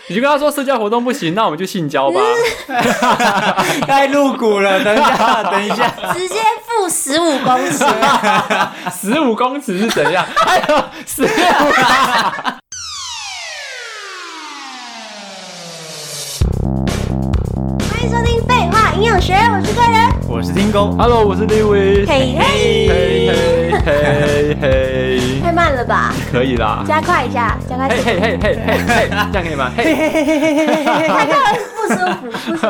你就跟他说社交活动不行，那我们就性交吧。太露骨了。等一下，等一下， 直接负十五公尺，十五公尺是怎样？ 还有十六欢迎收听《废话营养学》，我是怪人，我是听工。 ，Hello，我是 Lewis。嘿嘿，嘿嘿嘿嘿，太慢了吧，可以啦。加快一下，加快嘿速度，嘿嘿嘿嘿嘿，这样可 以吗？嘿嘿嘿，太快了不舒服，不 舒服。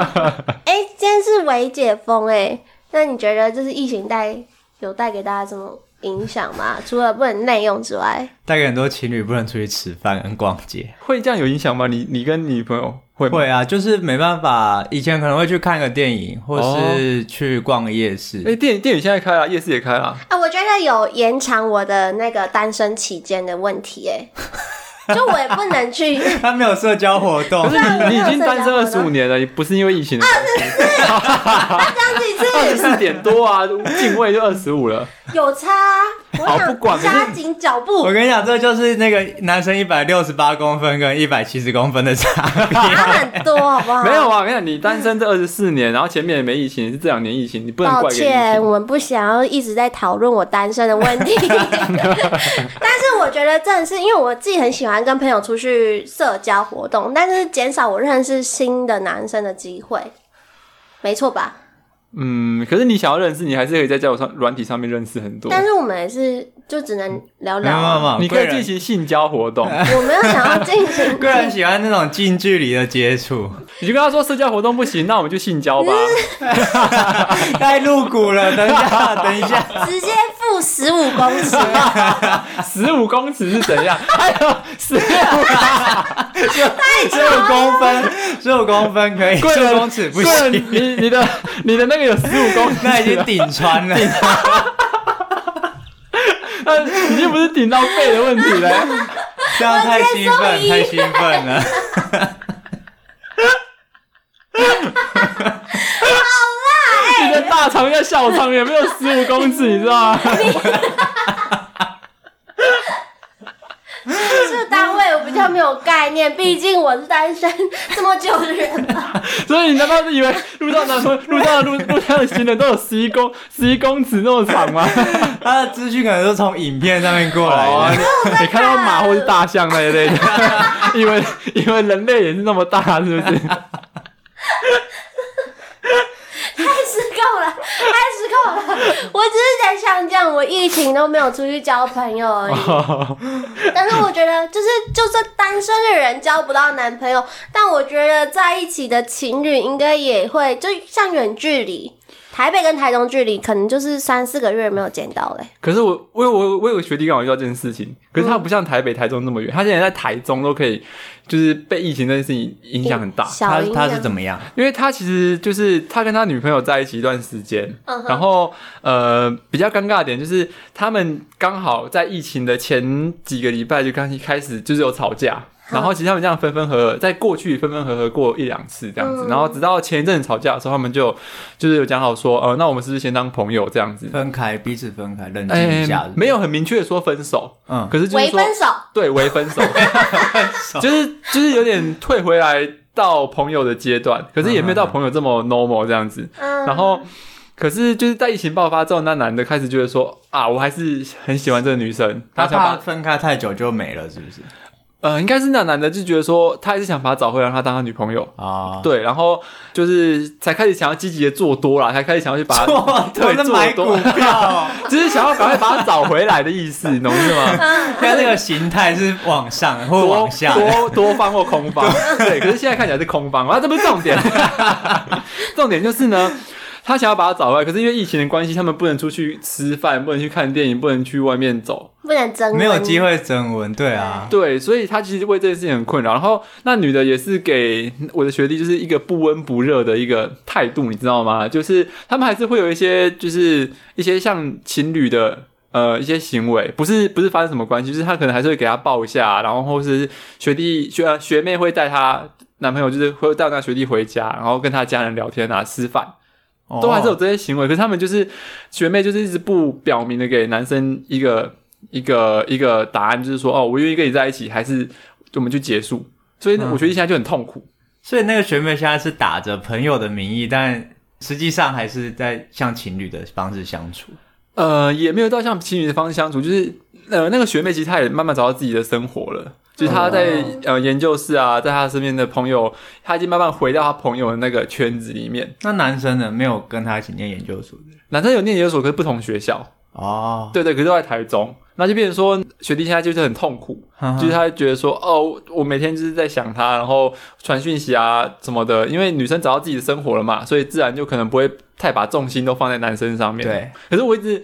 哎、今天是微解封哎、那你觉得就是疫情带有带给大家什么影响吗？除了不能内用之外，大概很多情侣不能出去吃饭跟逛街。会这样有影响吗？你你跟你朋友会吗？会啊，就是没办法，以前可能会去看个电影，或是去逛个夜市。哎，电影电影现在开了，夜市也开了。啊，我觉得有延长我的那个单身期间的问题 哎、就我也不能去，他没有社交活 可，动是对啊你你已经单身我二有十社交啊五年了，你不是因为疫情的关系，这样子一次二十四点多 啊，进位就二十五了。有差啊，好不我管想加紧脚步 我。跟你讲，这就是那个男生一百六十八公分跟一百七十公分的 差别。差很多，好不好？没有，啊，我跟你讲，你单身这二十四年，然后前面也没疫情，是这两年疫情，你不能抱怪给疫情歉，。我们不想要一直在讨论我单身的问 题。但是我觉得真的是，因为我自己很喜欢跟朋友出去社交活动，但是减少我认识新的男生的机会，没错吧？嗯，可是你想要认识，你还是可以在交友上软体上面认识很多。但是我们也是就只能聊没聊有没有没啊、有，你可贵以人进行性交活 动，我没有想要进 行个人喜欢那种近距离的接触， 你就跟他说社交活动不行，那我们就性交吧。太露骨了。等一下，等一 下，直接负十五公尺，啊 十五公尺是怎 样？还哎有十六十五公分，十五公分可以，贵十人五公尺不贵人，行你你的你的那个有十五公尺了， 啊那已经顶 穿了。 那已经不是顶到背的问题 哎了。这样太兴奋，太兴奋了。你的大肠跟小肠也没有十五公尺，你知 道吗？这单位我比较没有概念，毕竟我是单身这么久的人吧。所以你难道是以为路上男生、路上的路路上的行人都有十一公十一公尺那么长吗？ 他的资讯可能都从影片上面过 哦来的。你你看到马或是大象那一类 的，以为以为人类也是那么大，是 不是？太失控了，太失控了！我只是在想讲，我疫情都没有出去交朋友而已。哦但是我觉得，就是就算单身的人交不到男朋友，但我觉得在一起的情侣应该也会，就像远距离，台北跟台中距离可能就是三四个月没有见到嘞、可是我我有我有我有个学弟刚好遇到这件事情，可是他不像台北、台中那么远，他现在在台中都可以，就是被疫情这件事情影响很大。小影响么样？因为他其实就是他跟他女朋友在一起一段时间，嗯哼然后呃比较尴尬的点就是他们刚好在疫情的前几个礼拜就刚开始就是有吵架，嗯然后其实他们这样分分合合，在过去分分合合过一两次这样子，嗯然后直到前一阵子吵架的时候，他们就就是有讲好说，呃，那我们是不是先当朋友这样子？分开，彼此分开，冷静哎一下。没有很明确地说分手，嗯可是就是微说分手，对微分 手，就是就是有点退回来到朋友的阶段，可是也没嗯有到朋友这么 normal 这样子。嗯，然后，可是就是在疫情爆发之后，那男的开始觉得说啊，我还是很喜欢这个女生，他想怕把分开太久就没了，是不是？呃，应该是那男的就觉得说，他还是想把她找回来，让她当他女朋友。啊，对，然后就是才开始想要积极的做多啦，才开始想要去把她做对都是买做股多票，就是想要赶快把她找回来的意思，你懂意思吗？他这个形态是往上或多往下。多多方或空方，对。可是现在看起来是空方，啊，这不是重点， 重点就是呢。他想要把她找回来，可是因为疫情的关系，他们不能出去吃饭，不能去看电影，不能去外面走，不能争论，没有机会征文，对啊，对，所以他其实为这件事情很困扰。然后那女的也是给我的学弟就是一个不温不热的一个态度，你知道吗？就是他们还是会有一些就是一些像情侣的。呃，一些行为不是不是发生什么关系，就是他可能还是会给他抱一下，然后或是学弟学呃学妹会带她男朋友，就是会带那学弟回家，然后跟他家人聊天啊，吃饭，哦都还是有这些行为，可是他们就是学妹，就是一直不表明的给男生一个一个一个答案，就是说哦，我愿意跟你在一起，还是我们就结束。所以呢我觉得现在就很痛苦。所以那个学妹现在是打着朋友的名义，但实际上还是在像情侣的方式相处。呃，也没有到像情侣的方式相处，就是呃，那个学妹其实她也慢慢找到自己的生活了，就是她在、呃研究室啊，在她身边的朋友，她已经慢慢回到她朋友的那个圈子里面。那男生呢，没有跟他一起念研究所的男生有念研究所，可是不同学校，哦，对对，可是都在台中，那就变成说学弟现在就是很痛苦，就是他觉得说哦，我每天就是在想他，然后传讯息啊什么的，因为女生找到自己的生活了嘛，所以自然就可能不会太把重心都放在男生上面。对，可是我一直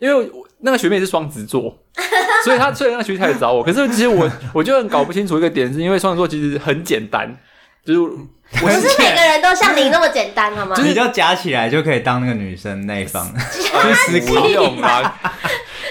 因为我那个学妹是双子 座。所以她虽然那个学弟开始找我，可是其实我我就很搞不清楚一个点，是因为双子座其实很简单，就是不是每个人都像你那么简单，好吗？你 就夹起来就可以当那个女生那一 方。其实不用啦。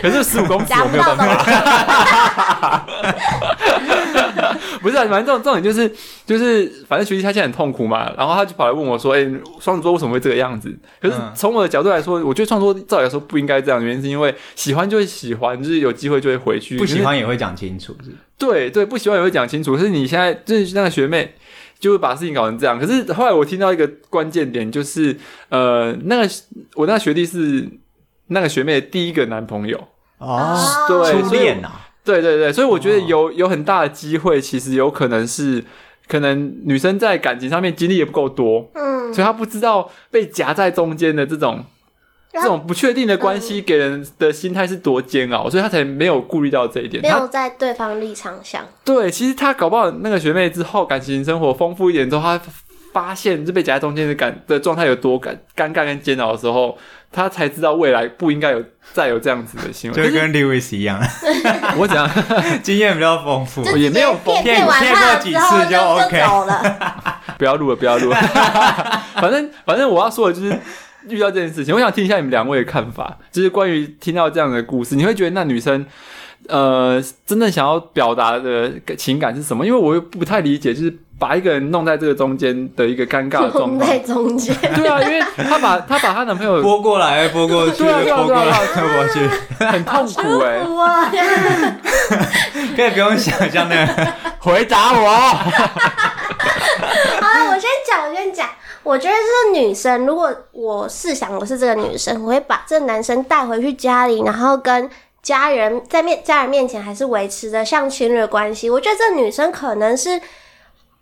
可是十五公尺夹我不没有到办的法。话， 不是、啊，反正这种重点就是就是，反正学弟他现在很痛苦嘛，然后他就跑来问我说：“哎、双子座为什么会这个样子？”可是嗯从我的角度来说，我觉得创作照理来说不应该这样，原因是因为喜欢就会喜欢，就是有机会就会回去，不喜可是欢也会讲清楚，是不是对对，不喜欢也会讲清楚。可是你现在就是那个学妹。就会把事情搞成这样，可是后来我听到一个关键点，就是呃，那个我那个学弟是那个学妹的第一个男朋友，哦，对初恋啊，对对对，所以我觉得哦有有很大的机会，其实有可能是，可能女生在感情上面经历也不够多，嗯，所以她不知道被夹在中间的这种这然后嗯种不确定的关系给人的心态是多煎熬，所以她才没有顾虑到这一点。没她有在对方立场想，对，其实她搞不好那个学妹之后感情生活丰富一点之后，她发现这被夹在中间的感的状态有多尴尴尬跟煎熬的时候，她才知道未来不应该有再有这样子的行为。就可是跟 Lewis 一样， 我怎样？经验比较丰富。哦我也没有骗骗骗完骗他过了几之后次就就 OK 走 了，不要录了，不要录了。 反正反正我要说的就是遇到这件事情，我想听一下你们两位的看法，就是关于听到这样的故事，你会觉得那女生呃真正想要表达的情感是什么？因为我又不太理解，就是把一个人弄在这个中间的一个尴尬的状弄况 在。中间。对啊，因为她把她把她男朋友拨过来，拨过去，对啊对啊拨过对来啊，拨过去，很痛 苦哎、哇，可以不用想象那 个。回答我，好了，我先讲，我先讲。我觉得这个女生，如果我试想我是这个女生，我会把这男生带回去家里，然后跟家人在面家人面前还是维持着像情侣的关系。我觉得这女生可能是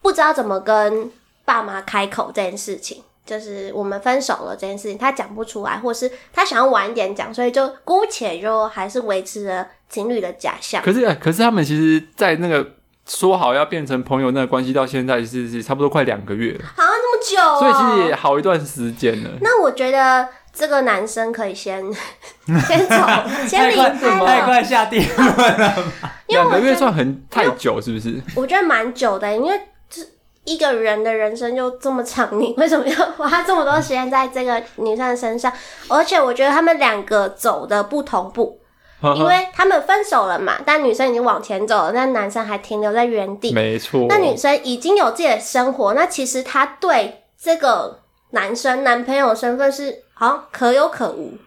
不知道怎么跟爸妈开口这件事情。就是我们分手了这件事情，她讲不出来，或是她想要晚一点讲，所以就姑且就还是维持着情侣的假象。可是呃可是他们其实，在那个说好要变成朋友那个关系，到现在是是差不多快两个月了，好像那么久、哦，所以其实也好一段时间了。那我觉得这个男生可以先 先走，先太离快，开太了，快下定论了。因为两我个觉月得算很太久，是不是？我觉得蛮久的，因为这一个人的人生就这么长，你 为什么要花这么多时间在这个女生身上？而且我觉得他们两个走的不同步，因为他们分手了嘛，但女生已经往前走了，但男生还停留在原地。没错。那女生已经有自己的生活，那其实她对这个男生男朋友的身份是好像可有可无，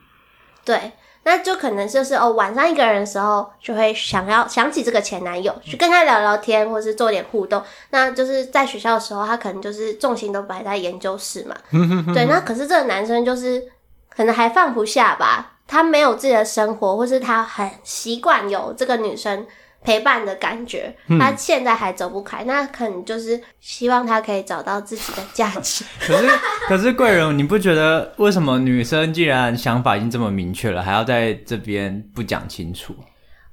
对，那就可能就是哦，晚上一个人的时候就会想要想起这个前男友，去跟他聊聊天，或是做点互动。那就是在学校的时候，他可能就是重心都摆在研究室嘛，对。那可是这个男生就是可能还放不下吧。他没有自己的生活，或是他很习惯有这个女生陪伴的感觉，嗯他现在还走不开，那可能就是希望他可以找到自己的价 值。 可是，可是贵人，你不觉得为什么女生既然想法已经这么明确了，还要在这边不讲清楚？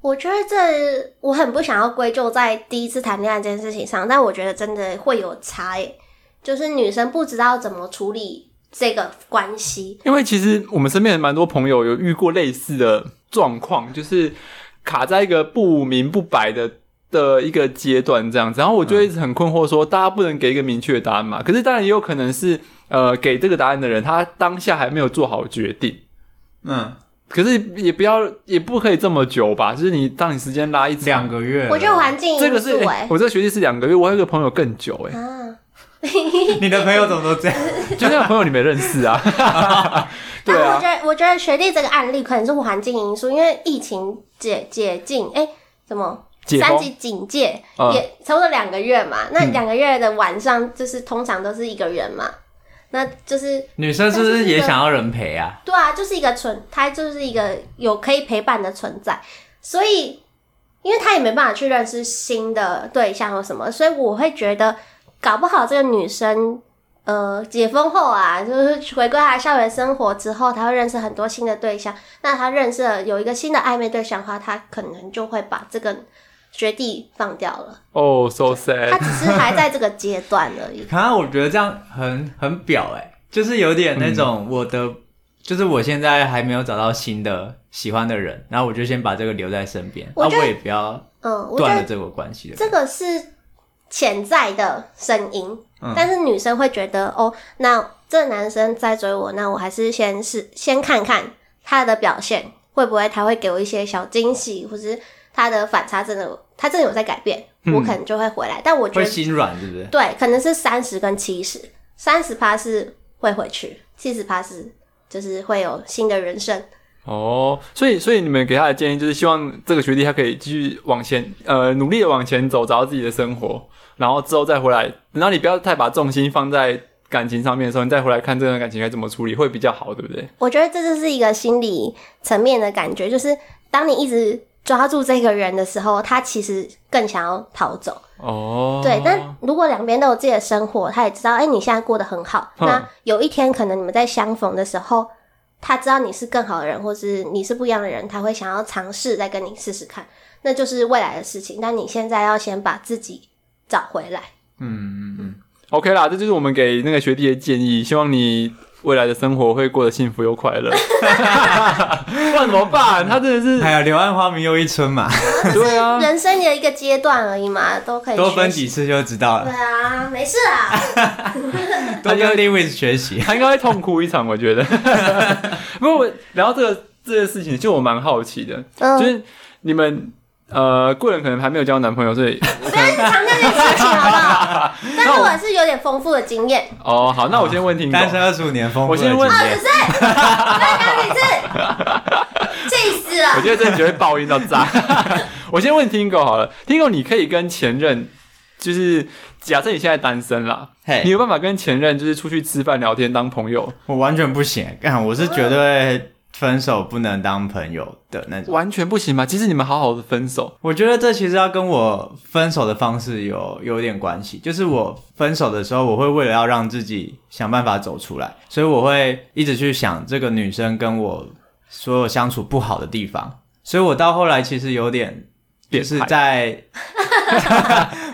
我觉得这我很不想要归咎在第一次谈恋爱这件事情上，但我觉得真的会有差诶、就是女生不知道怎么处理这个关系。因为其实我们身边蛮多朋友有遇过类似的状况，就是卡在一个不明不白的。的一个阶段这样子，然后我就一直很困惑说大家不能给一个明确的答案嗯嘛？可是当然也有可能是，呃，给这个答案的人他当下还没有做好决定，嗯，可是也不要，也不可以这么久吧？就是你当你时间拉一长两个月了，我觉得环境因素啊这个是、 诶、我这个学弟是两个月，我还有一个朋友更久哎、啊，你的朋友怎么都这样？ 就那个朋友你没认识啊？ 对但我啊觉，得我觉得学弟这个案例可能是环境因素，因为疫情解解禁，哎、怎么？解三封级警戒，嗯也差不多两个月嘛。那两个月的晚上，就是通常都是一个人嘛。那就是 女生是不是也想要人陪啊？对啊，就是一个存，他就是一个有可以陪伴的存在，所以因为他也没办法去认识新的对象或什么，所以我会觉得搞不好这个女生。呃，解封后啊，就是回归她的校园生活之后，她会认识很多新的对象。那她认识了有一个新的暧昧对象的话，她可能就会把这个学弟放掉了。哦、s o 她 sad，只是还在这个阶段而已。可能我觉得这样很很表哎、就是有点那种我的，就是我现在还没有找到新的喜欢的人，然后我就先把这个留在身边，我啊，觉得我也不要嗯，我觉断得了这个关系的这感觉。个是潜在的声音，嗯但是女生会觉得哦，那这男生在追我，那我还是先试先看看他的表现，会不会他会给我一些小惊喜，或是他的反差真的他真的有在改变，我可能就会回来。但我觉嗯会得心软是不是？对，可能是三十跟七十，三十趴是会回去，七十趴是就是会有新的人生。哦所以所以你们给他的建议就是希望这个学弟他可以继续往前，呃，努力的往前走，找到自己的生活，然后之后再回来，等到你不要太把重心放在感情上面的时候，你再回来看这段感情该怎么处理会比较好，对不对？我觉得这就是一个心理层面的感觉，就是当你一直抓住这个人的时候，他其实更想要逃走。哦、对，但如果两边都有自己的生活，他也知道，哎、你现在过得很好。嗯那有一天可能哎你们在相逢的时候，他知道你是更好的人，或是你是不一样的人，他会想要尝试再跟你试试看，那就是未来的事情。但你现在要先把自己找回来。嗯嗯嗯，OK 啦，这就是我们给那个学弟的建议，希望你未来的生活会过得幸福又快 乐。不然怎么办？他真的是嗯还有柳暗花明又一村嘛，对啊，人生的一个阶段而已嘛，都可以多学分习几次就知道对了，啊，没事啦。多跟 Lewis 学 习。他应该会痛哭一场，我 觉得。不过我聊到这个这件事情，就我蛮好奇的，嗯就是你们呃，贵人可能还没有交男朋友， 所以 不要一直强调这件事情好不好？但是我是有点丰富的经 验。哦，好，那我先问听众单。身二十五年丰富的我先问经二验十岁，不要讲几次，气死我了！觉得这绝对爆音到炸。 我先问听狗好了，听狗，你可以跟前任，就是假设你现在单身啦，你嘿，有办法跟前任就是出去吃饭聊天当朋友，我完全不行，干我是绝对分手不能当朋友的那种。完全不行吗？即使你们好好的分手，我觉得这其实要跟我分手的方式有有点关系，就是我分手的时候，我会为了要让自己想办法走出来，所以我会一直去想这个女生跟我所有相处不好的地方，所以我到后来其实有点就是变态在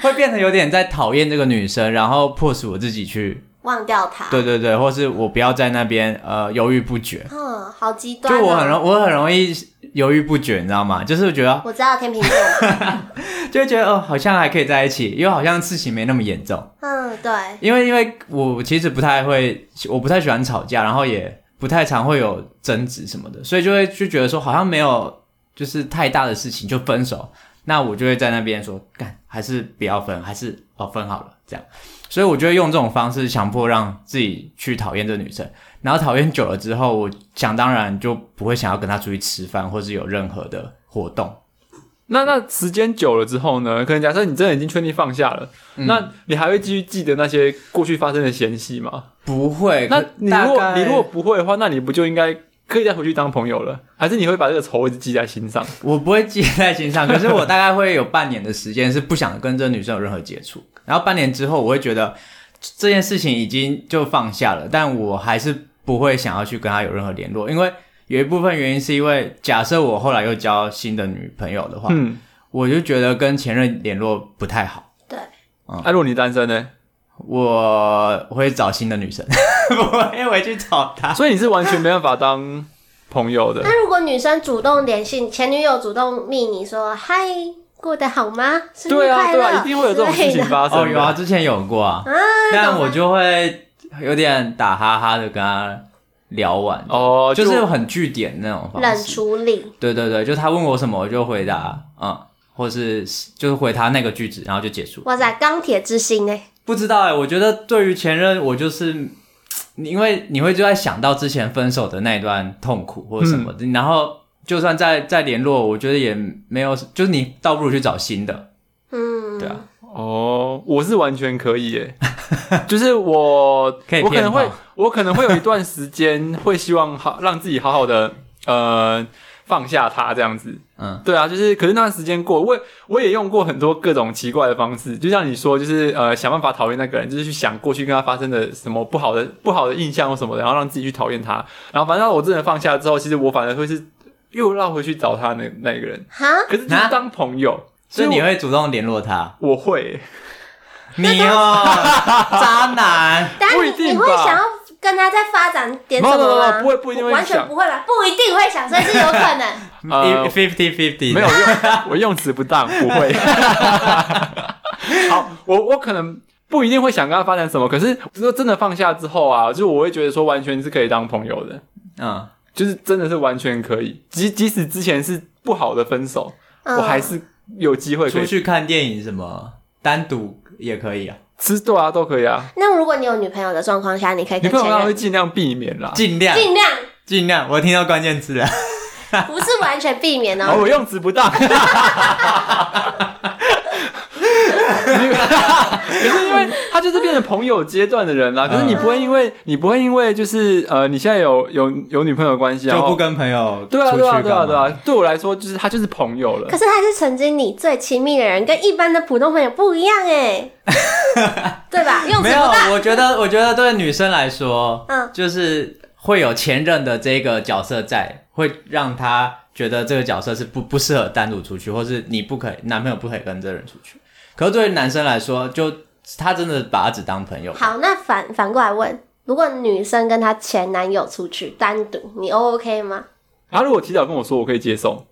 会变成有点在讨厌这个女生，然后迫使我自己去，忘掉他。对对对，或是我不要在那边呃犹豫不决，嗯，好极端、哦。就我很容我很容易犹豫不决，你知道吗？就是我觉得我知道天秤座。 就会觉得哦，好像还可以在一起，因为好像事情没那么严重。嗯，对，因为因为我其实不太会，我不太喜欢吵架，然后也不太常会有争执什么的，所以就会就觉得说好像没有就是太大的事情就分手，那我就会在那边说干，还是不要分，还是哦分好了这样。所以我就会用这种方式强迫让自己去讨厌这女生，然后讨厌久了之后，我想当然就不会想要跟她出去吃饭，或是有任何的活动。那那时间久了之后呢？可能假设你真的已经确定放下了，嗯那你还会继续记得那些过去发生的嫌隙吗？不会，那可你大如果概你如果不会的话，那你不就应该可以再回去当朋友了？还是你会把这个仇一直记在心上？我不会记在心上，可是我大概会有半年的时间是不想跟这女生有任何接触，然后半年之后我会觉得这件事情已经就放下了，但我还是不会想要去跟她有任何联络，因为有一部分原因是因为假设我后来又交新的女朋友的话，嗯，我就觉得跟前任联络不太好，对，那、如果你单身呢？我会找新的女生， 我会回去找她。所以你是完全没办法当朋友的。那如果女生主动联系你前女友，主动密你说“嗨，过得好吗？生对日啊，快对乐”啊，一定会有这种事情发生哦，的。有啊，之前有过啊，但我就会有点打哈哈的跟她聊完哦就就是很据点那种之类的冷方式。处理。对对对，就他问我什么，我就回答嗯，或是就是回他那个句子，然后就结束。哇塞，钢铁之心欸呢、不知道哎、我觉得对于前任，我就是嗯因为你会就在想到之前分手的那一段痛苦或者什么的，然后就算再再联络，我觉得也没有，就是你倒不如去找新的，嗯，对啊，哦，我是完全可以 耶，就是我可以我可骗能会炮我可能会有一段时间会希望好让自己好好的呃放下它这样子。嗯，对啊，就是可是那段时间过，我也我也用过很多各种奇怪的方式，就像你说，就是呃想办法讨厌那个人，就是去想过去跟他发生的什么不好的不好的印象或什么的，然后让自己去讨厌他。然后反正我真的放下之后，其实我反而会是又绕回去找他那那个人，哈，可是就是啊当朋友，所以我你会主动联 络他，我会耶。你哦，渣男，但不你一定你会吧想要跟他再发展点没什有没么有没吗？有不会不一定会完全想不会吧？不一定会想，所以是有可 能。呃 fifty fifty，没有，用，我用词不当，不会。 好，我我可能不一定会想跟他发展什么，可是说真的放下之后啊，就是我会觉得说完全是可以当朋友的，嗯，就是真的是完全可以，即即使之前是不好的分手，嗯我还是有机会可出以去看电影什么，单独也可以啊，吃，对啊，都可以啊。那如果你有女朋友的状况下，你可以女朋跟友哎前当然会任尽量避免啦。尽量尽量尽量，我听到关键字了， 不是完全避免哦， 哦。我用词不当。 可是因为他就是变成朋友阶段的人啦、可是你不会因为你不会因为就是呃，你现在有有有女朋友的关系，然就后不跟朋友对啊出对啊去对啊干对嘛？啊，对我来说就是他就是朋友了可。是他是曾经你最亲密的人，跟一般的普通朋友不一样 哎，对吧？用没词有不，我觉得我觉得对女生来说，嗯就是会有前任的这个角色在，会让她觉得这个角色是不不适合单独出去，或是你不可以男朋友不可以跟这个人出去。可是对于男生来说，就他真的把他只当朋友，好，那反反过来问，如果女生跟她前男友出去单独，你 O OK 吗？他如果提早跟我说，我可以接受。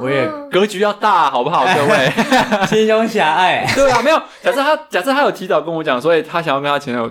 我也哦格局要大，好不 好，各位？心胸狭隘。对啊，没有。假设他假设他有提早跟我讲，所以他想要跟他前男友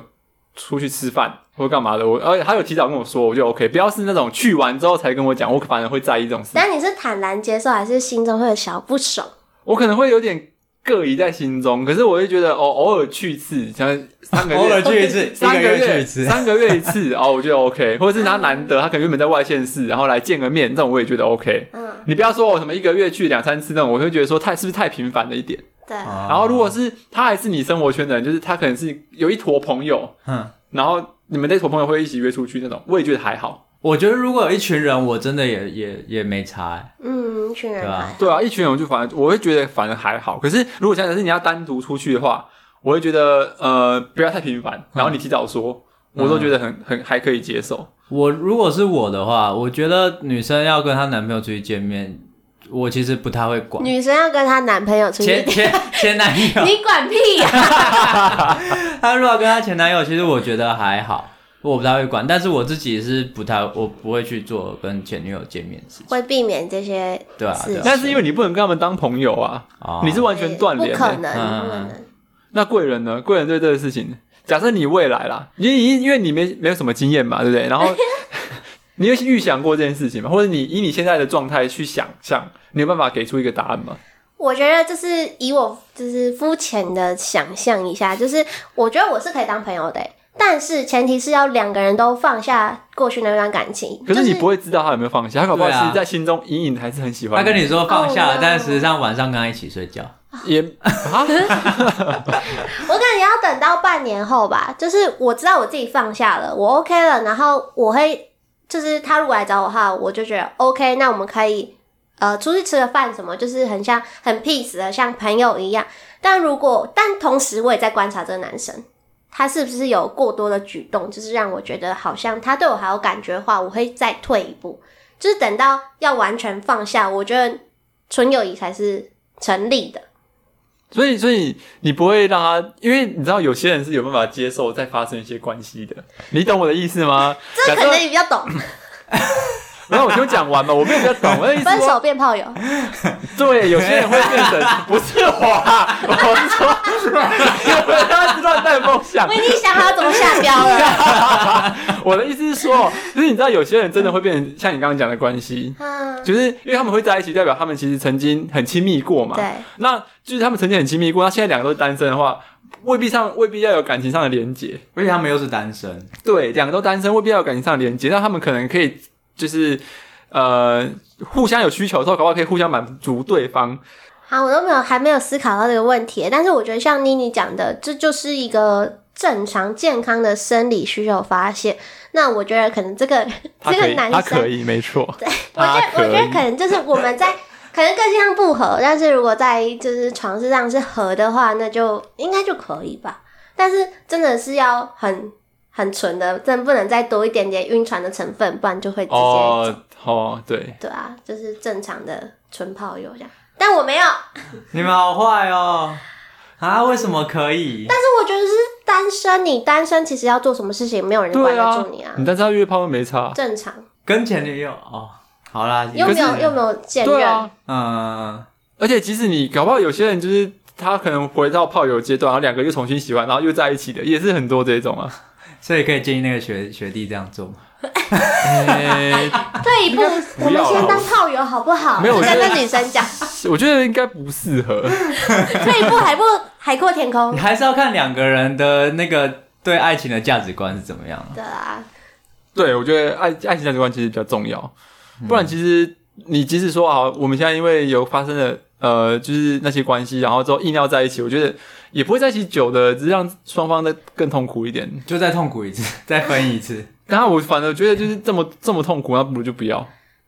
出去吃饭或干嘛的，我呃而且他有提早跟我说，我就 OK。不要是那种去完之后才跟我讲，我反而会在意这种事情。但你是坦然接受，还是心中会有小不爽？我可能会有点膈应在心中，可是我会觉得哦，偶尔去一次，像三个月，偶尔去一次三个一个月月去一次三个月一次，哦，我觉得 OK，或者是他难得，他可能原本在外县市，然后来见个面，这种我也觉得 OK。嗯，你不要说我什么一个月去两三次那种，我会觉得说太是不是太频繁了一点。对，啊然后如哦果是他还是你生活圈的人，就是他可能是有一坨朋友，嗯，然后你们那坨朋友会一起约出去那种，我也觉得还好。我觉得如果有一群人，我真的也也也没差、欸。嗯，一群人对啊来，对啊，一群人我就反正我会觉得反而还好。可是如果想想是你要单独出去的话，我会觉得呃不要太频繁，然后你提早说，我都觉得很很还可以接受。我如果是我的话，我觉得女生要跟她男朋友出去见面，我其实不太会管。女生要跟她男朋友出去前，前 前男友， 你管屁呀、她如果跟她前男友，其实我觉得还好，我不太会管。但是我自己是不太，我不会去做跟前女友见面的事 情。会避免这些对啊，是对啊。但是因为你不能跟他们当朋友啊，哦你是完全断联、呃不可欸。能，嗯不可嗯能。那贵人呢？贵人对这个事情，假设你未来啦，因因因为你没没有什么经验嘛，对不对？然 后你有预想过这件事情吗？或者你以你现在的状态去想象，你有办法给出一个答案吗？我觉得就是以我就是肤浅的想象一下，就是我觉得我是可以当朋友的欸、但是前提是要两个人都放下过去那段感情。可是你就不会知道他有没有放下，他搞不好对啊其实在心中隐隐还是很喜欢他你。跟你说放下哦了，但实际上晚上跟他一起睡觉。也 啊，我可能要等到半年后吧，就是我知道我自己放下了，我 OK 了，然后我会就是他如果来找我的话，我就觉得 OK，那我们可以呃出去吃个饭什么，就是很像很 peace 的，像朋友一样。但如果但同时我也在观察这个男生，他是不是有过多的举动，就是让我觉得好像他对我还有感觉的话，我会再退一步，就是等到要完全放下，我觉得纯友谊才是成立的。所以所以你不会让他，因为你知道有些人是有办法接受再发生一些关系的，你懂我的意思吗？假这可能设你比较懂，没有，我听我讲完嘛，我没有比较懂，我的意思分说，手变炮友。对，有些人会变成不是我啊，我是说，大家知道带梦想 我。已经想好怎么下标 了。我的意思是说，就是你知道有些人真的会变成像你刚刚讲的关系，嗯，就是因为他们会在一起，代表他们其实曾经很亲密过嘛。对，那就是他们曾经很亲密过，那现在两个都是单身的话，未必上未必要有感情上的连结。而且他们又是单身，啊对，两个都单身，未必要有感情上的连接，那他们可能可以就是呃互相有需求的时候，搞不好可以互相满足对方。啊，我都没有还没有思考到这个问题，但是我觉得像妮妮讲的，这就是一个正常健康的生理需求发现。那我觉得可能这个他 这可个以，男他生可，以，没错，我觉他得我可觉得以可能就是我们在可能个性上不合，但是如果在就是床事上是合的话，那就应该就可以吧。但是真的是要很很纯的，真的不能再多一点点晕船的成分，不然就会直接、哦哦，对，对啊，就是正常的纯泡友这样。但我没有。你们好坏哦！啊，为什么可以？但是我觉得是单身，你单身其实要做什么事情，没有人管对得啊住你啊，，你但是他约炮又没差，正常，跟前女友哦，好啦，又没可有是又没有前对任，啊，嗯，而且即使你搞不好有些人就是他可能回到炮友阶段，然后两个又重新喜欢，然后又在一起的，也是很多这种 啊。所以可以建议那个学学弟这样做吗？哎退一步，我不要们啊先当炮友好不好？没有我再觉得跟女生 讲，我觉得应该不适合。退一步海阔海阔天空你。还是要看两个人的那个对爱情的价值观是怎么样啊。对啊，对，我觉得爱爱情价值观其实比较重要，不然其实你即使说好，我们现在因为有发生了呃，就是那些关系，然后之后硬要在一起，我觉得也不会在一起久的，只是让双方的更痛苦一点。就再痛苦一次， 再分一次。然后我反而觉得就是这么这么痛苦，那不如就不要。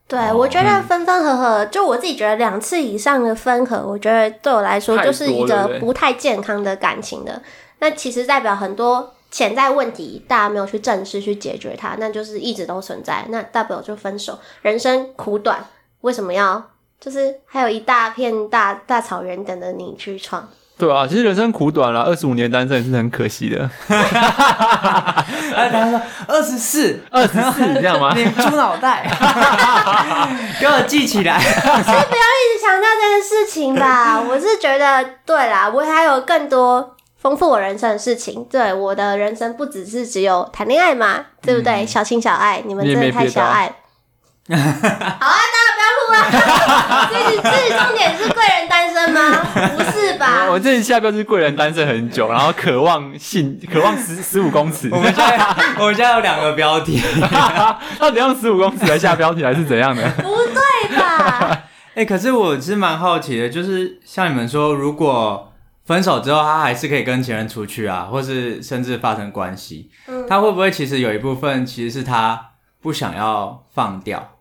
对，哦我觉嗯得分分合合，就我自己觉得两次以上的分合，我觉得对我来说太多就是一对个不对不太健康的感情的。那其实代表很多潜在问题，大家没有去正视去解决它，那就是一直都存在。那大不了就分手，人生苦短，为什么要？就是还有一大片大大草原等着你去闯。对啊，其实人生苦短啦，二十五年单身也是很可惜的。哎，他说二十 四，二十四，这样 吗？你猪脑袋，给我记起来。 一直强调这件事情吧，我是觉得对啦，我还有更多丰富我人生的事情。对，我的人生不只是只有谈恋爱嘛，对不对？小情小爱，你们你也真的没太别的小啊爱。啊好啊，大 家不要哭啊！自己自己重点是贵人单身吗？不是吧？我这一下标是贵人单身很久，然后渴望性，渴望十十五公尺 我。们现在我们现在有两个标题。到底用十五公尺来下标题还是怎样的？不对吧？ 哎、可是我是蛮好奇的，就是像你们说，如果分手之后他还是可以跟前任出去啊，或是甚至发生关系，嗯他会不会其实有一部分其实是他不想要放掉，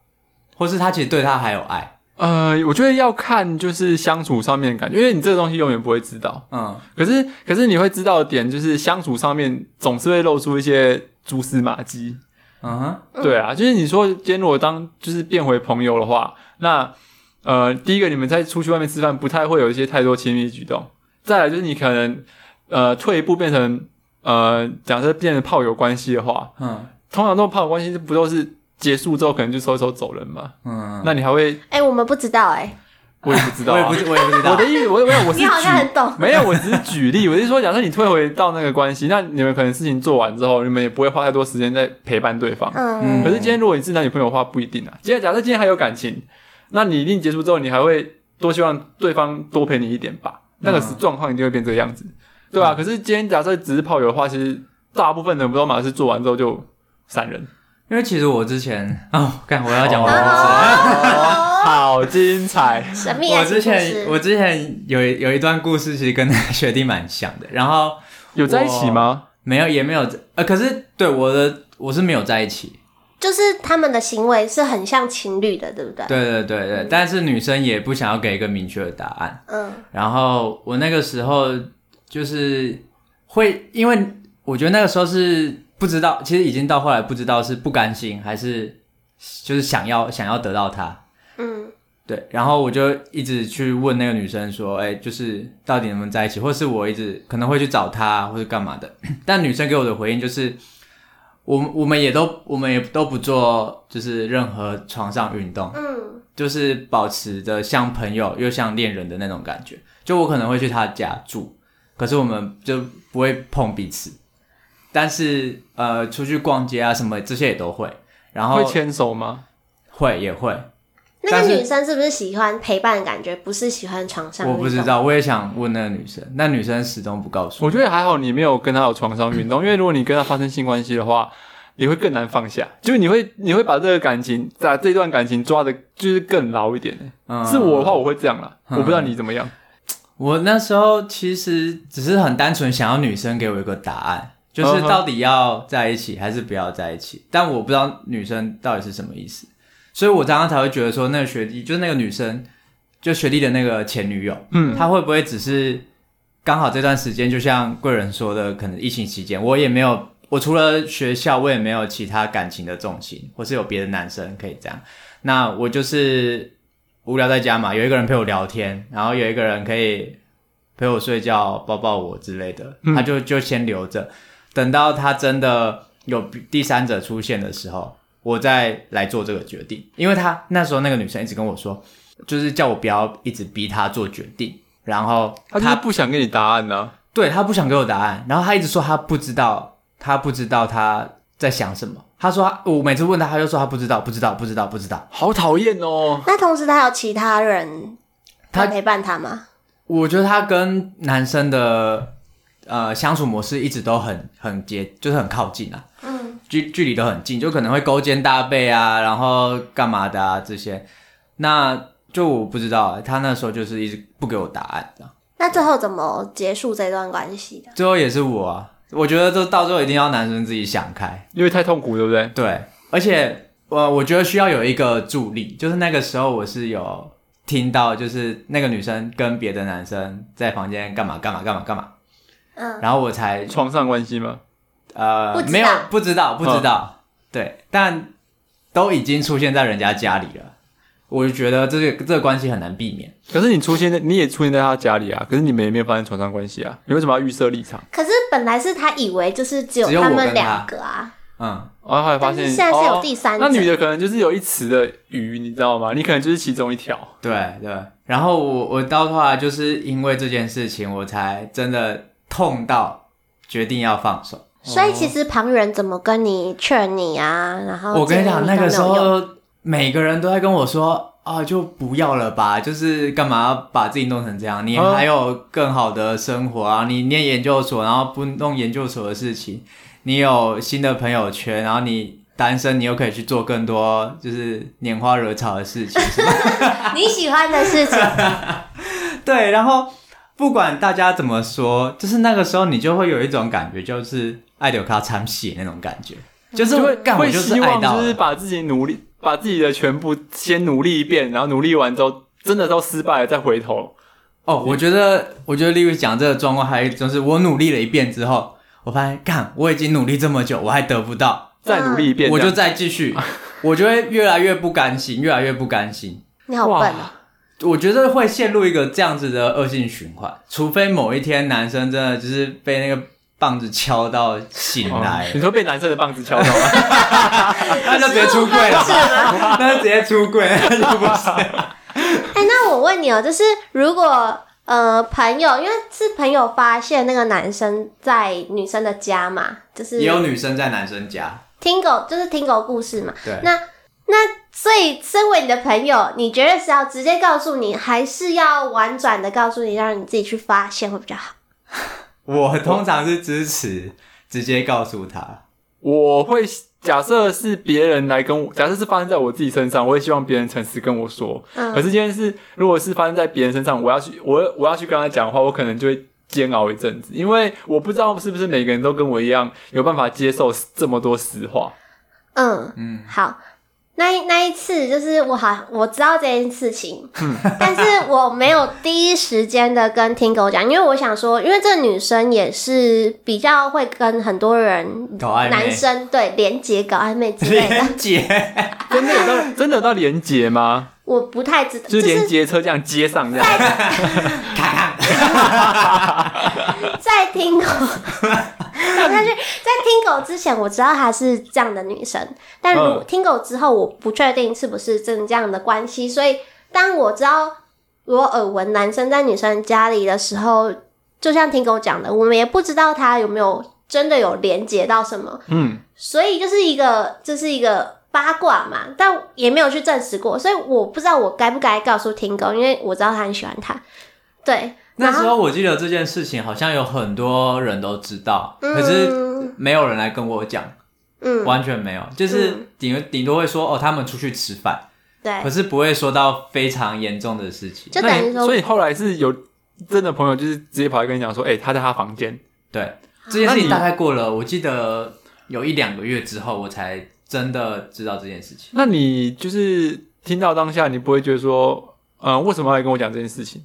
或是他其实对他还有爱？呃，我觉得要看就是相处上面的感觉，因为你这个东西永远不会知道。嗯，可是，可是你会知道的点就是相处上面总是会露出一些蛛丝马迹。嗯哼，嗯对啊，就是你说今天如果当就是变回朋友的话，那呃，第一个你们在出去外面吃饭不太会有一些太多亲密举动，再来就是你可能呃退一步变成呃假设变成炮友关系的话，嗯通常这种炮友关系不都是结束之后可能就收一收走人嘛？嗯，那你还会哎、我们不知道哎、我也不知道、我也啊，不知我也不知道，我的意思，我我我是你好像举很懂没有，我只是举例，我是说，假设你退回到那个关系，那你们可能事情做完之后，你们也不会花太多时间在陪伴对方。嗯，可是今天如果你是男女朋友的话，不一定啊。今天假设今天还有感情，那你一定结束之后，你还会多希望对方多陪你一点吧？那个是嗯状况一定会变这个样子，对嗯吧、可是今天假设只是炮友的话，其实大部分的不都马是做完之后就散人。因为其实我之前哦，干我要讲我的故事。哦 好精彩！神秘我爱情之故前事。我之前有一有一段故事，其实跟那个学弟蛮像的。然后有在一起吗？没有也没有，呃，可是对我的我是没有在一起。就是他们的行为是很像情侣的，对不对？对对对对，但是女生也不想要给一个明确的答案。嗯，然后我那个时候就是会，因为我觉得那个时候是不知道，其实已经到后来不知道是不甘心还是就是想要想要得到他。嗯，对，然后我就一直去问那个女生说，哎，就是到底能不能在一起，或是我一直可能会去找她，或者干嘛的。 但女生给我的回应就是，我们我们也都我们也都不做，就是任何床上运动，嗯，就是保持着像朋友又像恋人的那种感觉。就我可能会去她家住，可是我们就不会碰彼此，但是呃，出去逛街啊什么这些也都会，然后会牵手吗？会也会，那但个是女生是不是喜欢陪伴的感觉，不是喜欢床上？我不知。道，我也想问那个女生，那女生始终不告诉我我。觉得还好，你没有跟他有床上运动，因为如果你跟他发生性关系的话， 也会更难放下，就是你会你会把这个感情，把这段感情抓的，就是更牢一点。嗯是我的话，我会这样啦，嗯我不知道你怎么样。我那时候其实只是很单纯想要女生给我一个答案，就是嗯哼到底要在一起还是不要在一起。但我不知道女生到底是什么意思，所以我常常才会觉得说，那个学弟就是那个女生，就学弟的那个前女友，嗯她会不会只是刚好这段时间，就像贵人说的，可能疫情期间，我也没有，我除了学校，我也没有其他感情的重心，或是有别的男生可以这样。那我就是无聊在家嘛，有一个人陪我聊天，然后有一个人可以陪我睡觉、抱抱我之类的，嗯他就就先留着，等到他真的有第三者出现的时候，我再来做这个决定。因为他那时候那个女生一直跟我说，就是叫我不要一直逼她做决定，然后他就是不想给你答案啊呢、对他不想给我答案，然后他一直说他不知道，他不知道他在想什么。他说他我每次问他，他就说他不知道，不知道，不知道，不知道。好讨厌哦。那同时他有其他人他来陪伴他吗？我觉得他跟男生的呃相处模式一直都很很接，就是很靠近啊，嗯，距距离都很近，就可能会勾肩搭背啊，然后干嘛的啊这些。那就我不知道啊，他那时候就是一直不给我答案，这样那最后怎么结束这段关系的？最后也是我啊，我觉得这到最后一定要男生自己想开。因为太痛苦，对不对？对，而且呃我我觉得需要有一个助力，就是那个时候我是有听到，就是那个女生跟别的男生在房间干嘛干嘛干嘛干嘛，嗯，然后我才床上关系吗？呃不知道嗯没有不知道不知道，对，但都已经出现在人家家里了，我就觉得这个这个关系很难避免。可是你出现在，你也出现在他家里啊，可是你们也没有发生床上关系啊，你为什么要预设立场？可是本来是他以为就是只有只有我他跟们他两个啊，嗯，然后后来发现，但是现在是有第三哦者那女的可能就是有一池的鱼，你知道吗？你可能就是其中一条。对对。然后我我到后来就是因为这件事情，我才真的痛到决定要放手。所以其实旁人怎么跟你劝你啊？然后我跟你讲，建那议个时都没有用，候每个人都在跟我说啊，就不要了吧，就是干嘛要把自己弄成这样？你哦嗯还有更好的生活啊，你念研究所，然后不弄研究所的事情，你有新的朋友圈，然后你单身，你又可以去做更多就是拈花惹草的 事情，什么你喜欢的事情，对，然后不管大家怎么说，就是那个时候你就会有一种感觉，就是爱柳咖掺血那种感觉，就是会干我会就是希爱望到就是了。把自己努力，把自己的全部先努力一遍，然后努力完之后，真的都失败了再回头。哦，我觉得，我觉得例如讲这个状况，还有一种是我努力了一遍之后，我发现，干，我已经努力这么久，我还得不到，再努力一遍，我这就样再继 续，我就会越来越不甘心，越来越不甘心。你好笨哦。我觉得会陷入一个这样子的恶性循环，除非某一天男生真的就是被那个棒子敲到醒来哦，你说被男生的棒子敲到吗？ 那就直接出柜了吧，那就直接出柜，那就不是。哎、那我问你哦，就是如果呃朋友，因为是朋友发现那个男生在女生的家嘛，就是 也有女生在男生家，听狗，就是听狗故事嘛。对，那那所以，身为你的朋友，你觉得是要直接告诉你，还是要婉转的告诉你，让你自己去发现会比较好？我通常是支持直接告诉他。我会假设是别人来跟我，假设是发生在我自己身上，我会希望别人诚实跟我说。嗯可是今天是，如果是发生在别人身上，我要去，我我要去跟他讲的话，我可能就会煎熬一阵子，因为我不知道是不是每个人都跟我一样有办法接受这么多实话。嗯嗯，好。那一那一次就是我好，我知道这件事情， 但是我没有第一时间的跟听狗讲，因为我想说，因为这女生也是比较会跟很多人搞暧昧男生对连结搞暧 昧之类 的，连姐，真的有到真的有到连接吗？我不太知道，就就是连是接车这样接上这样，在听狗， 但是在听狗之前，我知道她是这样的女生，但如、嗯听狗之后，我不确定是不是真的这样的关系，所以当我知道我耳闻男生在女生家里的时候，就像听狗讲的，我们也不知道他有没有真的有连接到什么，嗯，所以就是一个这、是一个八卦嘛，但也没有去证实过，所以我不知道我该不该告诉听狗，因为我知道他很喜欢他，对，那然时后候我记得这件事情好像有很多人都知道，可是嗯没有人来跟我讲。嗯，完全没有，就是顶顶多会说哦，他们出去吃饭，对可，是不会说到非常严重的事情。就那等于你所说以后来是有真的朋友，就是直接跑来跟你讲说，哎、他在他房间，对，这件那事情你大概过了，我记得有一两个月之后，我才真的知道这件事情。那你就是听到当下，你不会觉得说，呃，为什么要来跟我讲这件事情？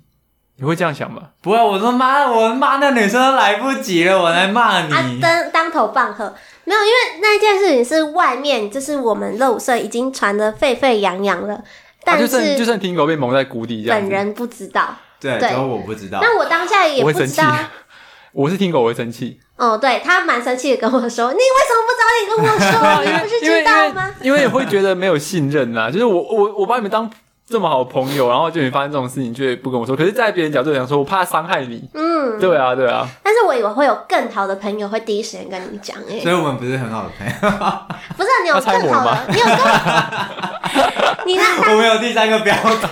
你会这样想吗？啊不会，我说妈，我骂那女生都来不及了，我来骂啊你。当当头棒喝，没有，因为那件事情是外面，就是我们乐舞社已经传得沸沸扬扬了，但、啊、就是算就算听狗被蒙在鼓底这样本子，啊人不知道。对，对只有我不知道。但我当下也我不会生知气道。。我是听狗，我会生气。哦，对他蛮生气的跟我说：“你为什么不早点跟我说？你不 是因为知道吗因为会觉得没有信任啦，就是我我我把你们当这么好的朋友，然后就你发生这种事情，却不跟我说。可是，在别人角度讲说，我怕伤害你？”。嗯，对啊，对啊，但是我以为会有更好的朋友会第一时间跟你讲、欸，所以我们不是很好的朋友， 不是你有啊他猜更好我吗的，你有更， 你那我们有第三个 标题。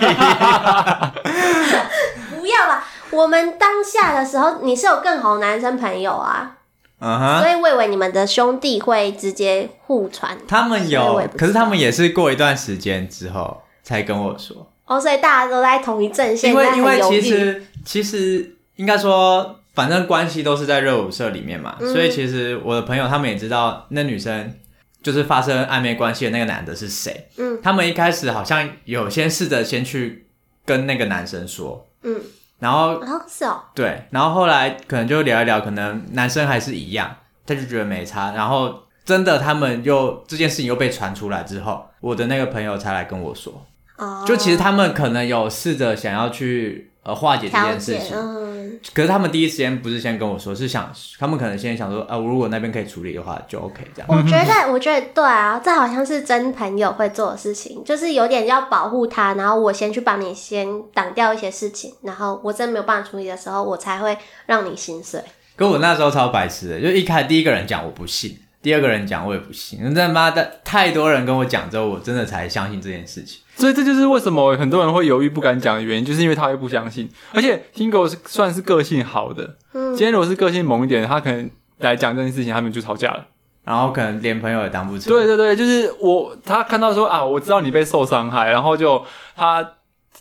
不要吧？我们当下的时候，你是有更好的男生朋友啊，嗯哼，所以我以为你们的兄弟会直接互传他们所以我也不，知有道可是他们也是过一段时间之后才跟我说。哦，所以大家都在同一阵线，因为但因很为犹其豫。实其实应该说，反正关系都是在热舞社里面嘛，嗯所以其实我的朋友他们也知道那女生就是发生暧昧关系的那个男的是谁。嗯他们一开始好像有先试着先去跟那个男生说，嗯，然后然后是哦，对，然后后来可能就聊一聊，可能男生还是一样，他就觉得没差，然后。真的，他们又这件事情又被传出来之后，我的那个朋友才来跟我说，哦，就其实他们可能有试着想要去呃化解这调件事解，情，嗯，可是他们第一时间不是先跟我说，是想他们可能先想说，啊，我如果那边可以处理的话，就 OK 这样。我觉得，我觉得对啊，这好像是真朋友会做的事情，就是有点要保护他，然后我先去帮你先挡掉一些事情，然后我真没有办法处理的时候，我才会让你心碎。可我那时候超白痴的，就一开第一个人讲我不信，第二个人讲我也不信，真的妈的太多人跟我讲之后，我真的才相信这件事情。所以这就是为什么很多人会犹豫不敢讲的原因，就是因为他会不相信。而且听狗是算是个性好的，嗯今，天如果是个性猛一点，他可能来讲这件事情，他们就吵架了。然后可能连朋友也当不成。对对对，就是我他看到说啊，我知道你被受伤害，然后就他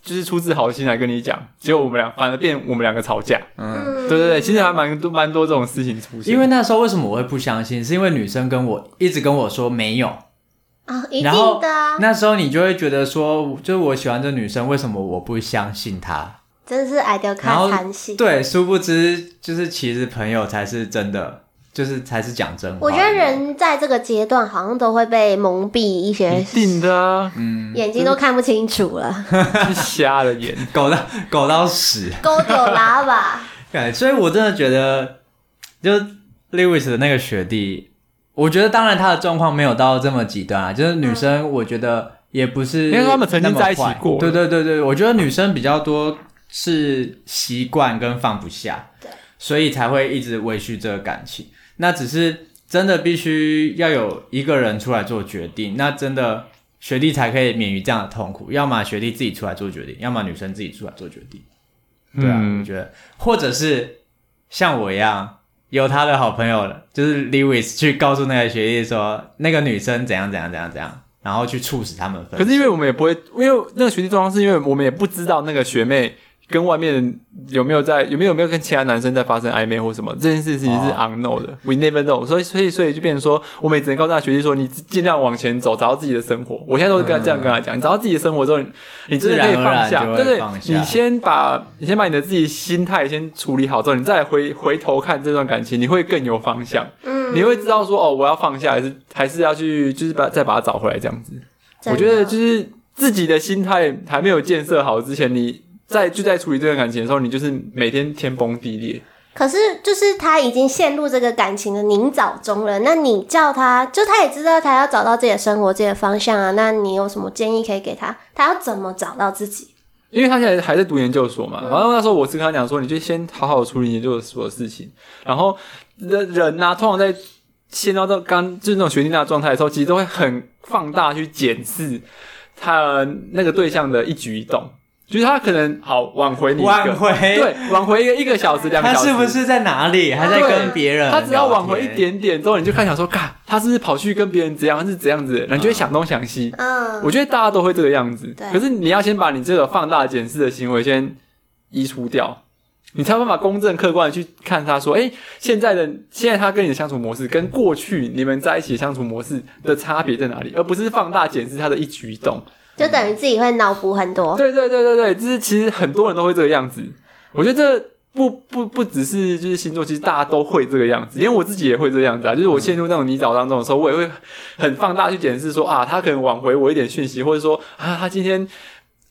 就是出自好心来跟你讲，结果我们俩反而变我们两个吵架。嗯，嗯对对对，其实还蛮多蛮多这种事情出现。因为那时候为什么我会不相信，是因为女生跟我一直跟我说没有，啊，一然后定的啊，那时候你就会觉得说，就是我喜欢这女生，为什么我不相信她？真是矮得然看后残戏。对，殊不知就是其实朋友才是真的，就是才是讲真话。我觉得， 人在这个阶段好像都会被蒙蔽一一些，定的 啊，嗯，眼睛都看不清楚 了，是瞎了眼。狗到狗到屎，勾丢拉 吧。对，所以我真的觉得，就 Lewis 的那个学弟，我觉得当然他的状况没有到这么极端啊，就是女生，我觉得也不是，因为他们曾经在一起过对对对对，我觉得女生比较多是习惯跟放不下，对，所以才会一直维系这个感情。那只是真的必须要有一个人出来做决定，那真的学弟才可以免于这样的痛苦。要么学弟自己出来做决定，要么女生自己出来做决定。对啊，我嗯，觉得，或者是像我一样，有他的好朋友，就是 Lewis 去告诉那个学弟说，那个女生怎样怎样怎样怎样，然后去促使他们分可手。是因为我们也不会，因为那个学弟状况是因为我们也不知道那个学妹跟外面有没有在有没有有没有跟其他男生在发生暧昧或什么，这件事情是哦 unknown 的、w e never know。所以所以所以就变成说，我们也只能告诉那学弟说，你尽量往前走，找到自己的生活。我现在都是跟他这样跟他讲，你找到自己的生活之后，你你真的可以自然而然放下，就会对对放，下你先把你先把你的自己心态先处理好之后，你再来回回头看这段感情，你会更有方向，嗯，你会知道说哦，我要放下还是还是要去就是把再把它找回来这样子。我觉得就是是自己的心态还没有建设好之前，你在就在处理这段感情的时候，你就是每天天崩地裂。可是就是他已经陷入这个感情的泥沼中了，那你叫他，就他也知道他要找到自己的生活、自己的方向啊。那你有什么建议可以给他？他要怎么找到自己？因为他现在还在读研究所嘛，然后那时候我是跟他讲说，你就先好好处理研究所的事情，然后人人呐、通常在陷到这刚就是那种学弟那状态的时候，其实都会很放大去检视他那个对象的一举一动，就是他可能好挽回你一个，挽回 对，挽回一个一个小时、两个他小时，是不是在哪里？还在对跟别人？他只要挽回一。点点之后，你就看想说，嘎，他是不是跑去跟别人怎样是怎样子，然后你就会想东想西。嗯，我觉得大家都会这个样子对，可是你要先把你这个放大检视的行为先移除掉，你才有办法公正客观的去看他说，哎、现在的现在他跟你的相处模式跟过去你们在一起的相处模式的差别在哪里，而不是放大检视他的一举一动。就等于自己会脑补很多。对对对对对，就是其实很多人都会这个样子。我觉得这不不不只是就是星座，其实大家都会这个样子，因为我自己也会这样子啊。就是我陷入那种泥沼当中的时候，我也会很放大去检视说啊，他可能挽回我一点讯息，或者说啊，他今天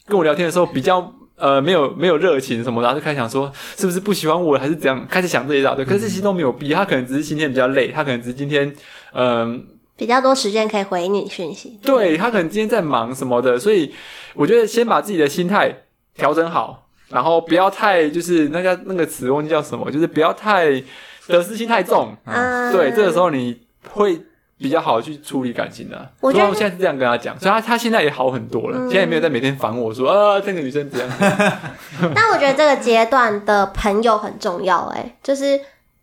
跟我聊天的时候比较。呃，没有没有热情什么的，然后就开始想说是不是不喜欢我，还是怎样？开始想这一大堆，可是其实都没有逼，他可能只是今天比较累，他可能只是今天，嗯、比较多时间可以回你讯息。对他可能今天在忙什么的，所以我觉得先把自己的心态调整好，然后不要太就是那个那个词忘记叫什么，就是不要太得失心太重。嗯，啊对，这个时候你会比较好去处理感情的、我觉得所以现在是这样跟他讲，所以他他现在也好很多了，嗯现在也没有在每天烦我说啊这个女生怎样。但我觉得这个阶段的朋友很重要、欸，哎，就是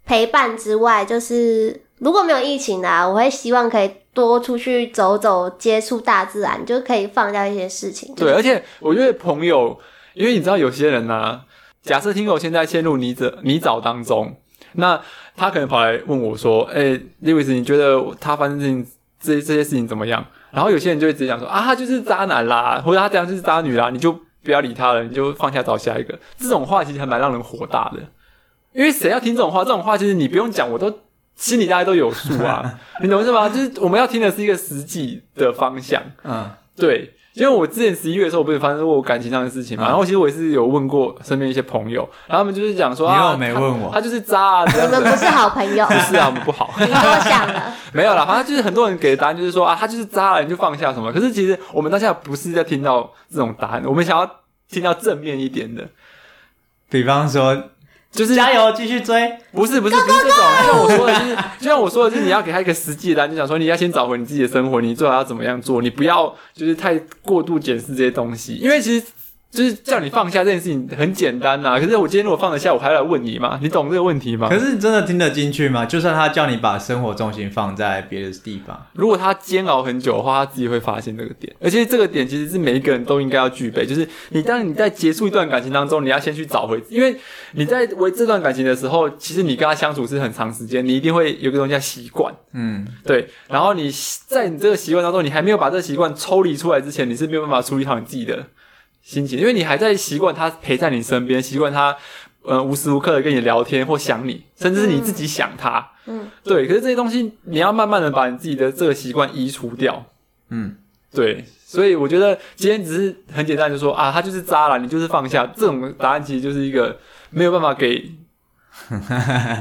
陪伴之外，就是如果没有疫情啊，我会希望可以多出去走走，接触大自然，就可以放掉一些事情。对，，而且我觉得朋友，因为你知道有些人呢、假设听狗现在陷入泥沼泥沼当中，那他可能跑来问我说：“哎、l e w i s 你觉得他发生事情这这些事情怎么样？”然后有些人就会直接讲说：“啊，他就是渣男啦，或者他这样就是渣女啦，你就不要理他了，你就放下找下一个。”这种话其实还蛮让人火大的，因为谁要听这种话？这种话其实你不用讲，我都。心里大家都有数啊， 你懂是吗？就是我们要听的是一个实际的方向，嗯，对，因为我之前十一月的时候，我不是发生过我感情上的事情嘛，嗯然后其实我也是有问过身边一些朋友，然后他们就是讲说你啊，又没他问我他就是渣啊，怎你样们怎 不样是好 朋友，不是啊，我们不好，你多想了。没有啦，反正就是很多人给的答案就是说啊，他就是渣了，你就放下什么。可是其实我们当下不是在听到这种答案，我们想要听到正面一点的，比方说，就是加油，继续追。不是不是不是这种，就像我说的就是，就像我说的就是，你要给他一个实际的答案，就想说你要先找回你自己的生活，你最好要怎么样做，你不要就是太过度检视这些东西，因为其实就是叫你放下这件事情很简单呐、可是我今天如果放得下，我还来问你嘛？你懂这个问题吗可？是你真的听得进去吗？就算他叫你把生活重心放在别的地方，如果他煎熬很久的话，他自己会发现这个点，而且这个点其实是每一个人都应该要具备，就是你当你在结束一段感情当中，你要先去找回，因为你在为这段感情的时候，其实你跟他相处是很长时间，你一定会有一个东西叫习惯。嗯，对，然后你在你这个习惯当中，你还没有把这个习惯抽离出来之前，你是没有办法处理好你自己的心情，因为你还在习惯他陪在你身边，习惯他呃无时无刻的跟你聊天或想你，甚至是你自己想他。嗯，对，可是这些东西你要慢慢的把你自己的这个习惯移除掉。嗯，对，所以我觉得今天只是很简单就说啊，他就是渣了，你就是放下，这种答案其实就是一个没有办法 给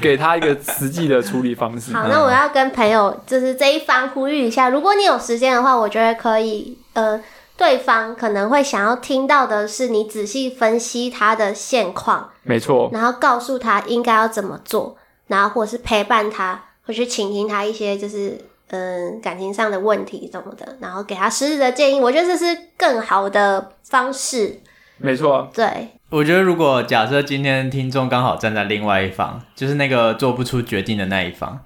给他一个实际的处理方式。好，那我要跟朋友就是这一方呼吁一下，如果你有时间的话，我觉得可以，呃，对方可能会想要听到的是你仔细分析他的现况，没错，然后告诉他应该要怎么做，然后或是陪伴他，或去倾听他一些就是嗯感情上的问题什么的，然后给他实质的建议，我觉得这是更好的方式。没错。对，我觉得如果假设今天听众刚好站在另外一方，就是那个做不出决定的那一方，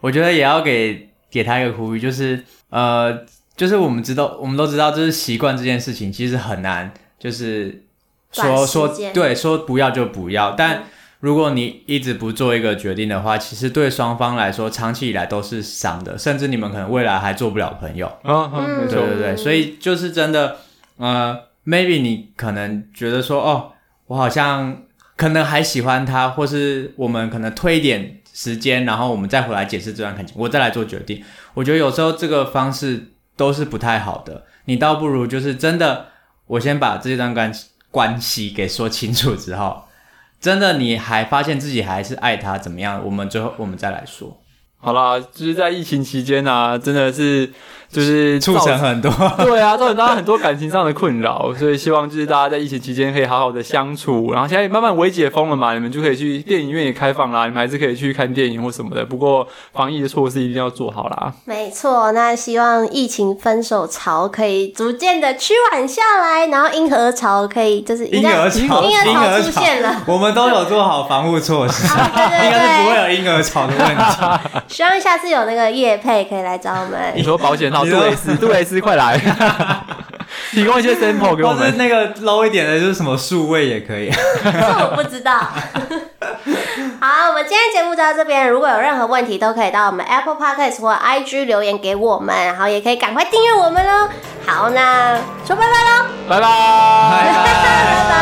我觉得也要给给他一个呼吁，就是呃，就是我们知道，我们都知道，就是习惯这件事情其实很难，就是说短时说间对，说不要就不要，但。如果你一直不做一个决定的话，其实对双方来说，长期以来都是伤的，甚至你们可能未来还做不了朋友。啊，啊嗯没对错，对对，所以就是真的，呃，maybe 你可能觉得说，哦，我好像可能还喜欢他，或是我们可能推一点时间，然后我们再回来解释这段感情，我再来做决定。我觉得有时候这个方式都是不太好的，你倒不如就是真的，我先把这段关关系给说清楚之后。真的，你还发现自己还是爱他，怎么样？我们最后我们再来说。好啦，就是在疫情期间啊，真的是就是促造成很多。 对啊，造成大家很多感情上的困扰，所以希望就是大家在疫情期间可以好好的相处。然后现在慢慢微解封了嘛，你们就可以去电影院也开放啦，你们还是可以去看电影或什么的。不过防疫的措施一定要做好啦。没错，那希望疫情分手潮可以逐渐的趋缓下来，然后婴儿潮可以就是婴儿潮，应该婴儿婴潮出现了。我们都有做好防护措施，啊 对应该是不会对有婴儿潮的问 题。对，希望下次有那个叶配可以来找我们你。说保险套，你杜说蕾 斯，杜蕾斯快来，提供一些 sample 给我或是们。那个 low 一点的，就是什么数位也可以。 这我不知道。好，我们今天节目就到这边。如果有任何问题，都可以到我们 Apple Podcast 或 IG 留言给我们，然后也可以赶快订阅我们喽。好，那说拜拜喽，拜拜，拜拜拜拜。